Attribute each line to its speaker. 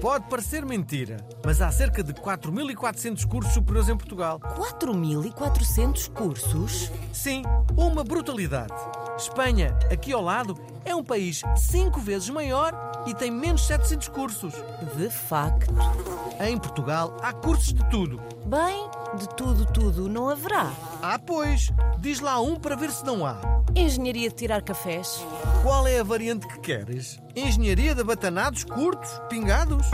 Speaker 1: Pode parecer mentira, mas há cerca de 4.400 cursos superiores em Portugal.
Speaker 2: 4.400 cursos?
Speaker 1: Sim, uma brutalidade. Espanha, aqui ao lado, é um país cinco vezes maior e tem menos 700 cursos.
Speaker 2: De facto.
Speaker 1: Em Portugal há cursos de tudo.
Speaker 2: Bem, de tudo, tudo não haverá.
Speaker 1: Ah, pois, diz lá um para ver se não há.
Speaker 2: Engenharia de tirar cafés?
Speaker 1: Qual é a variante que queres? Engenharia de abatanados curtos, pingados?